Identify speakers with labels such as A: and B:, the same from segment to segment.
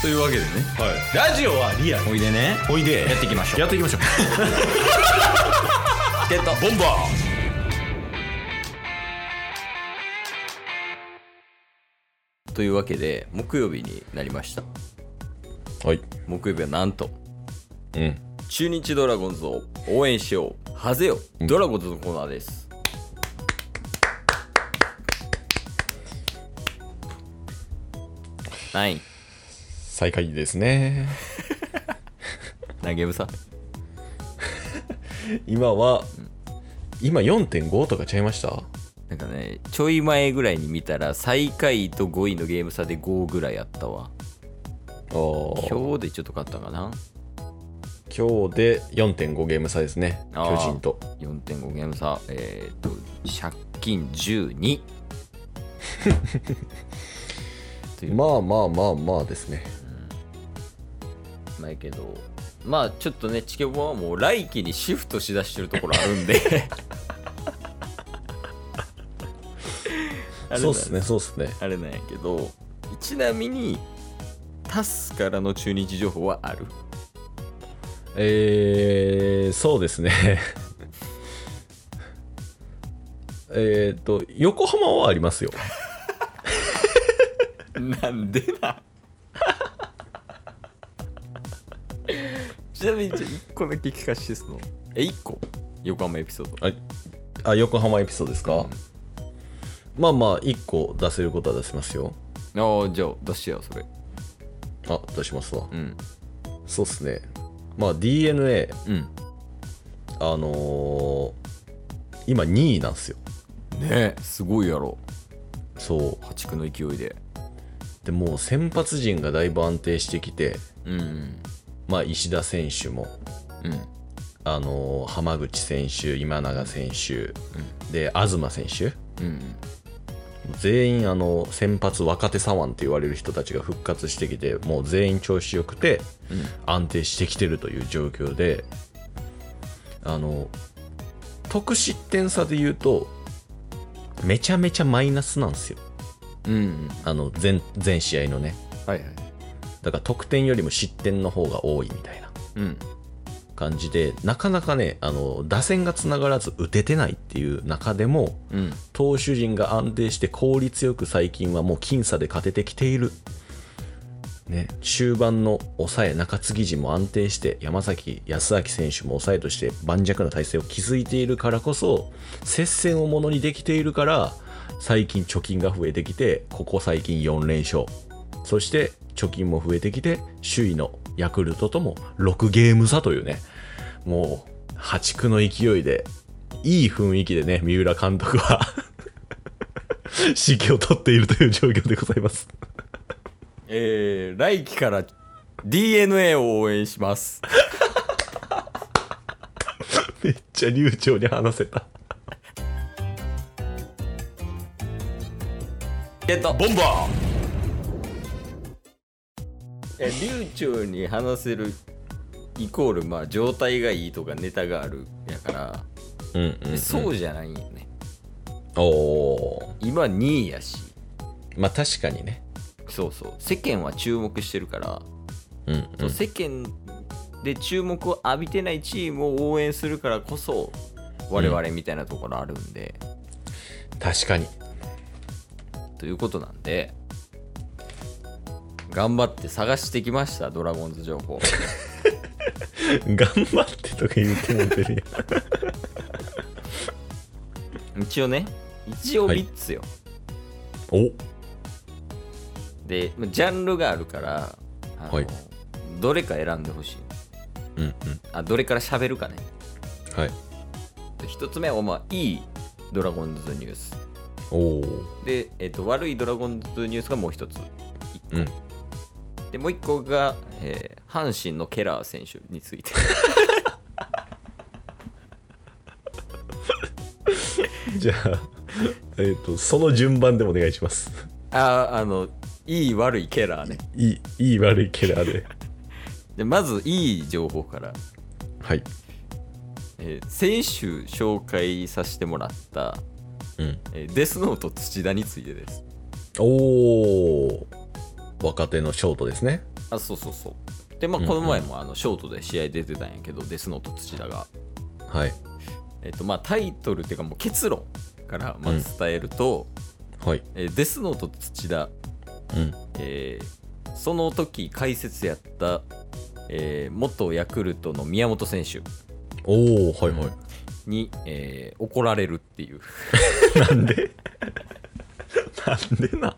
A: というわけでね
B: はい、ラジオはリアル
A: おいでね
B: おいで
A: やっていきましょう
B: やっていきましょう
A: ってた
B: ボンバ
A: というわけで木曜日になりました
B: ーはい
A: 木曜日はなんと
B: うん
A: 中日ドラゴンズを応援しようハゼよドラゴンズのコーナーです、ない
B: 最下位ですね
A: 投げぶさ
B: 今は今4.5とかちゃいました
A: なんかねちょい前ぐらいに見たら最下位と5位のゲーム差で5ぐらいあったわ
B: おー
A: 今日でちょっと勝ったかな
B: 今日で4.5ゲーム差ですね
A: あー
B: 巨人と
A: 4.5ゲーム差えっ、と借金12という
B: まあまあまあまあですね
A: まあけどまあちょっとねチケボンはもう来季にシフトしだしてるところあるん であれなん
B: そうっすねそうっすね
A: あれなんやけどちなみにタスからの中日情報はある
B: えー、そうですね えーっと横浜はありますよ
A: なんでなちなみにじゃ1個だけ聞かしてすのえ1個横浜エピソード
B: ああ横浜エピソードですか、
A: うん
B: まあまあ1個出せることは出せますよ
A: ああじゃあ出してよそれ
B: あ出しますわ、
A: うん
B: そうっすねまあ d n a
A: うん
B: あのー今2位なんですよ
A: ねえすごいやろ
B: そ
A: 破竹の勢いで
B: うでもう先発陣がだいぶ安定してきて
A: うんうん
B: まあ石田選手も
A: うん
B: あのー浜口選手今永選手、で東選手
A: うん
B: 全員あの先発若手左腕って言われる人たちが復活してきてもう全員調子よくて
A: うん
B: 安定してきてるという状況であの得失点差で言うとめちゃめちゃマイナスなんですよ
A: うんうん
B: あの全全試合のね
A: はいはい
B: だから得点よりも失点の方が多いみたいな
A: うん
B: 感じでなかなかねあの打線がつながらず打ててないっていう中でも
A: うん
B: 投手陣が安定して効率よく最近はもう僅差で勝ててきている、ね、終盤の抑え中継ぎ陣も安定して山崎康明選手も抑えとして盤石な体制を築いているからこそ接戦をものにできているから最近貯金が増えてきてここ最近4連勝そして貯金も増えてきて首位のヤクルトとも6ゲーム差というねもう破竹の勢いでいい雰囲気でね、三浦監督は、 指揮を取っているという状況でございます。
A: えー、来季から DNA を応援します
B: めっちゃ流暢に話せた。
A: ゲット
B: ボンバー
A: え流暢に話せるイコールまあ状態がいいとかネタがあるやから、
B: うんうん、
A: そうじゃないよね
B: おお
A: 今2位やし
B: ーまあ確かにね。
A: そうそう世間は注目してるから、
B: うん、
A: そう世間で注目を浴びてないチームを応援するからこそ我々みたいなところあるんで、
B: 確かに。
A: ということなんで頑張って探してきましたドラゴンズ情報
B: 頑張ってとか言ってもてるやん。
A: 一応ね一応3つよ、
B: お
A: でまあジャンルがあるからあの
B: はい
A: どれか選んでほしい
B: うんうん。
A: あどれから喋るかね
B: はい。
A: 一つ目は、まあ、いいドラゴンズニュース
B: おお
A: で、えっと悪いドラゴンズニュースがもう一つ
B: うん。
A: でもう一個が、えー阪神のケラー選手につ いて
B: じゃあ、えっ、と、その順番でお願いします。
A: あーあのいい悪いケラーね
B: いい、いい悪いキャラで。
A: でまずいい情報から、
B: はい。
A: えー先週紹介させてもらった、
B: うん。
A: えーデスノート土田についてです
B: おお若手のショートですね。
A: あそうそうそうでまあ
B: うんうん
A: この前もあのショートで試合出てたんやけど、デスノート土田が、
B: はい。
A: えっとまあ、タイトルっていうかもう結論からまあ伝えると、
B: はい。
A: えーデスノート土田、
B: うん。
A: えーその時解説やった、えー元ヤクルトの宮本選手
B: おおはいは
A: に、えー怒られるっていう
B: い。なんでなんでな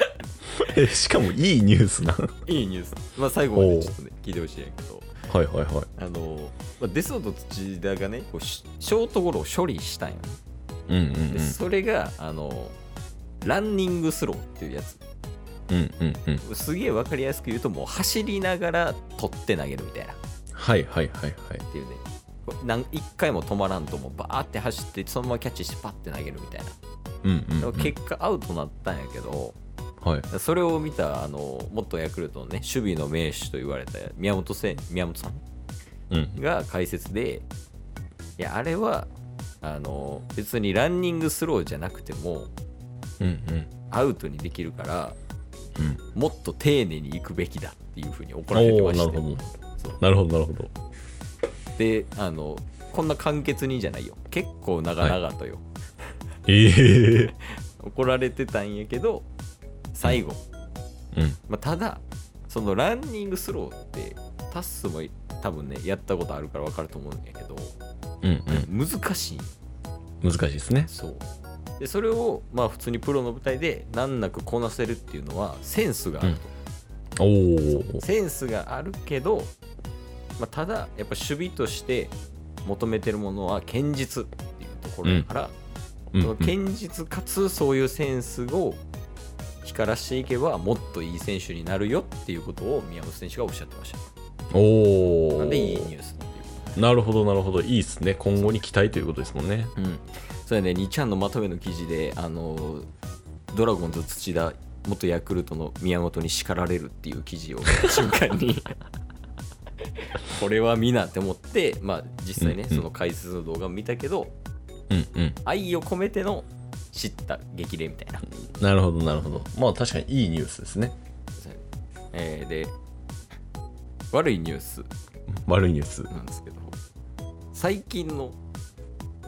B: え、しかもいいニュースな。はい
A: いニュース、まあ、最後までちょっとね聞いてほしいんやけど
B: いはいは
A: あの、まあ、デスノート土田がねこうシショートゴロを処理したんよね
B: い。うんうん
A: でそれがあのランニングスローっていうやつ
B: うん。うんうんうん。
A: すげえ分かりやすく言うともう走りながら取って投げるみたいなっ
B: はいはいはいはい。
A: ていうねこうなん一回も止まらんともうバーって走ってそのままキャッチしてパッて投げるみたいな
B: うんうん、
A: で
B: う
A: も
B: ん。
A: 結果アウトなったんやけど
B: はい。
A: それを見たあの元ヤクルトのね守備の名手と言われた宮本せ宮本さん
B: うん。
A: が解説でいやあれはあの別にランニングスローじゃなくても
B: うんうん。
A: アウトにできるから
B: うん。
A: もっと丁寧に行くべきだっていうふうに怒られて
B: おお
A: ま
B: ーな
A: し
B: る
A: て
B: ほど。
A: そう
B: なるほどなるほど。
A: であのこんな簡潔にじゃないよ結構長々とよ、
B: ええ
A: 怒られてたんやけど最後、
B: うん。
A: まあ、ただそのランニングスローってタッスも多分ねやったことあるから分かると思うんやけど
B: うん
A: 難しい
B: うん。難しいですね。
A: そうでそれをまあ普通にプロの舞台で難なくこなせるっていうのはセンスがあると、
B: おお。
A: センスがあるけど、まあ、ただやっぱ守備として求めてるものは堅実っていうところだから、
B: うん
A: その堅実かつそういうセンスを光らしていけばもっといい選手になるよっていうことを宮本選手がおっしゃってました
B: おお。
A: なんでいいニュースっていうこと
B: なるほどなるほどいいですね今後に期待ということですもんね
A: うん、それね2ちゃんのまとめの記事であのドラゴンズ土田元ヤクルトの宮本に叱られるっていう記 事を見た瞬間にこれは皆って思って、まあ、実際ね、
B: うんうん
A: その解説の動画を見たけど
B: うんうん
A: 愛を込めての知った激励みたいな、
B: なるほどなるほどまあ確かにいいニュースですね
A: えーで悪いニュース
B: 悪いニュース、
A: なんですけど最近の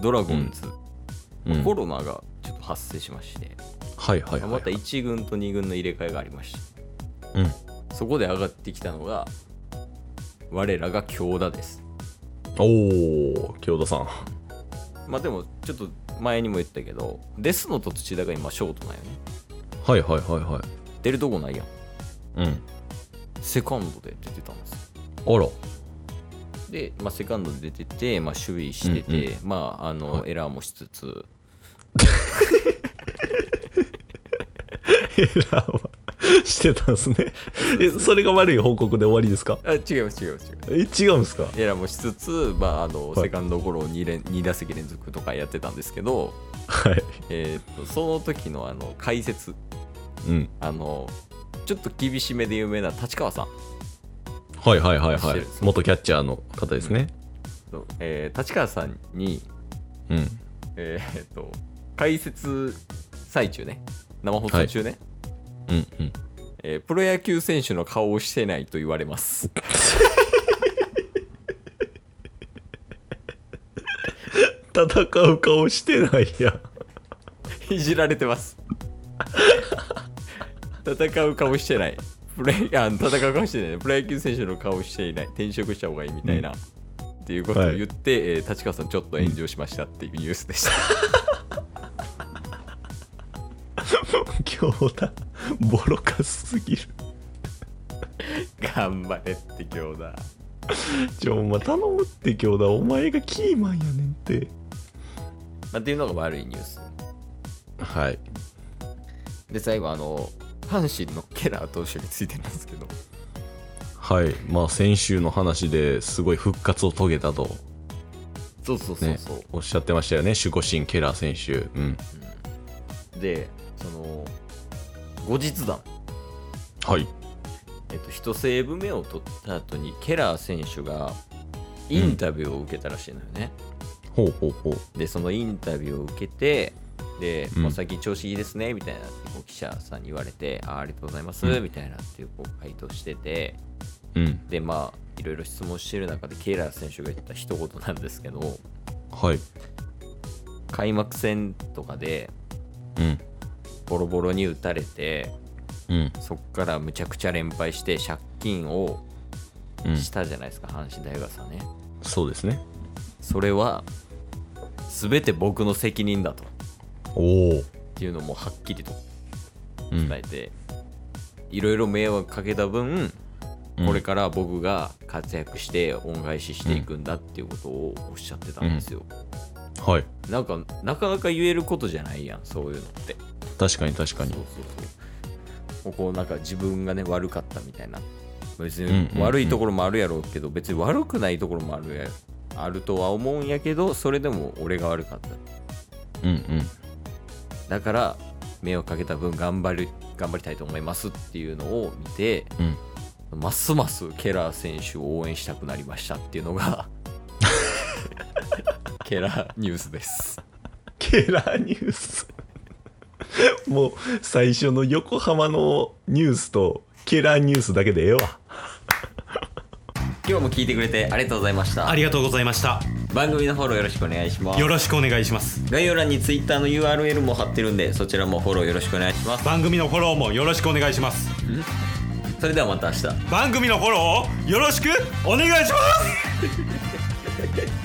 A: ドラゴンズ、
B: うん
A: コロナがちょっと発生しまして、
B: はいはいはい
A: また1軍と2軍の入れ替えがありました
B: うん
A: そこで上がってきたのが、我らが京田です。
B: おお京田さん
A: まあでも、ちょっと前にも言ったけど、デスノと土田が今、ショートなんよね。
B: はいはいは
A: 出るとこないやん。
B: いはいうん
A: セカンドで出てたんですよ。
B: あら
A: で、まあ、セカンドで出てて、まあ、守備してて、
B: う
A: まあ、あの、エラーもしつつ、
B: エラーはしてたんですねえそれが悪い報告で終わりですか
A: あ、違います、違います、違います。
B: え違うんですか
A: エラーもしつつ、まあ、あの、
B: はい
A: セカンドゴロを 2, 連2打席連続とかやってたんですけど、
B: はい
A: えーっと、その時の、あの、解説、
B: うん
A: あの、ちょっと厳しめで有名な立川さん。
B: はいはいはい
A: して
B: はい
A: るんです
B: 元キャッチャーの方ですね
A: そうえー立川さんに、
B: うん
A: えーっと解説最中ね生放送中ね、
B: うんうん
A: えープロ野球選手の顔をしてないと言われます
B: 戦う顔してないやん
A: いじられてます戦う顔してないプロいや戦う顔してないプロ野球選手の顔していない転職した方がいいみたいな、っていうことを言って、えー立川さんちょっと炎上しましたっていうニュースで した、
B: 京田ボロカスすぎる
A: 頑張れって今日だ
B: ちょお前頼むって京田お前がキーマンやねんって
A: まあっていうのが悪いニュース
B: はい
A: で最後あの阪神のケラー投手についてなんですけど
B: はいまあ先週の話ですごい復活を遂げたと
A: そうそうそう
B: ね
A: そう、
B: おっしゃってましたよね守護神ケラー選手うん
A: でその後日談、
B: はい
A: えっと、1セーブ目を取った後にケラー選手がインタビューを受けたらしいのよね、
B: ほうほうほう
A: でそのインタビューを受けてで、
B: うん
A: まあ、最近調子いいですねみたいなってこう記者さんに言われてあありがとうございます
B: うん
A: みたいなっていうこう回答してて
B: うん。
A: でまあいろいろ質問してる中でケイラー選手が言った一言なんですけど
B: はい。
A: 開幕戦とかで
B: うん。
A: ボロボロに打たれて
B: うん。
A: そっからむちゃくちゃ連敗して借金を
B: うん。
A: したじゃないですか、阪神大学さんね
B: そうですね。
A: それは全て僕の責任だとっ
B: おお。
A: ていうのもはっきりと
B: うん
A: 伝えて、いろいろ迷惑かけた分これから僕が活躍して恩返ししていくんだっていうことをおっしゃってたんですよ、
B: はい。
A: なんかなかなか言えることじゃないやんそういうのって
B: 確かに確かに
A: そう。そうそうこうなんか自分がね悪かったみたいな別
B: うん
A: に
B: うんうん
A: 悪いところもあるやろうけど、別に悪くないところもあるやあるとは思うんやけどそれでも俺が悪かった
B: うんうん。
A: だから迷惑かけた分頑張る頑張りたいと思いますっていうのを見て
B: うん。
A: ますますケラー選手を応援したくなりましたっていうの がケラーニュースです
B: ケラーニュースもう最初の横浜のニュースとケラーニュースだけでええわ
A: 今日も聞いてくれてありがとうございました
C: ありがとうございました
A: 番組のフォローよろしくお願いします
C: よろしくお願いします
A: 概要欄に Twitter の URL も貼ってるんでそちらもフォローよろしくお願いします
C: 番組のフォローもよろしくお願いします
A: それではまた明日
C: 番組のフォローをよろしくお願いします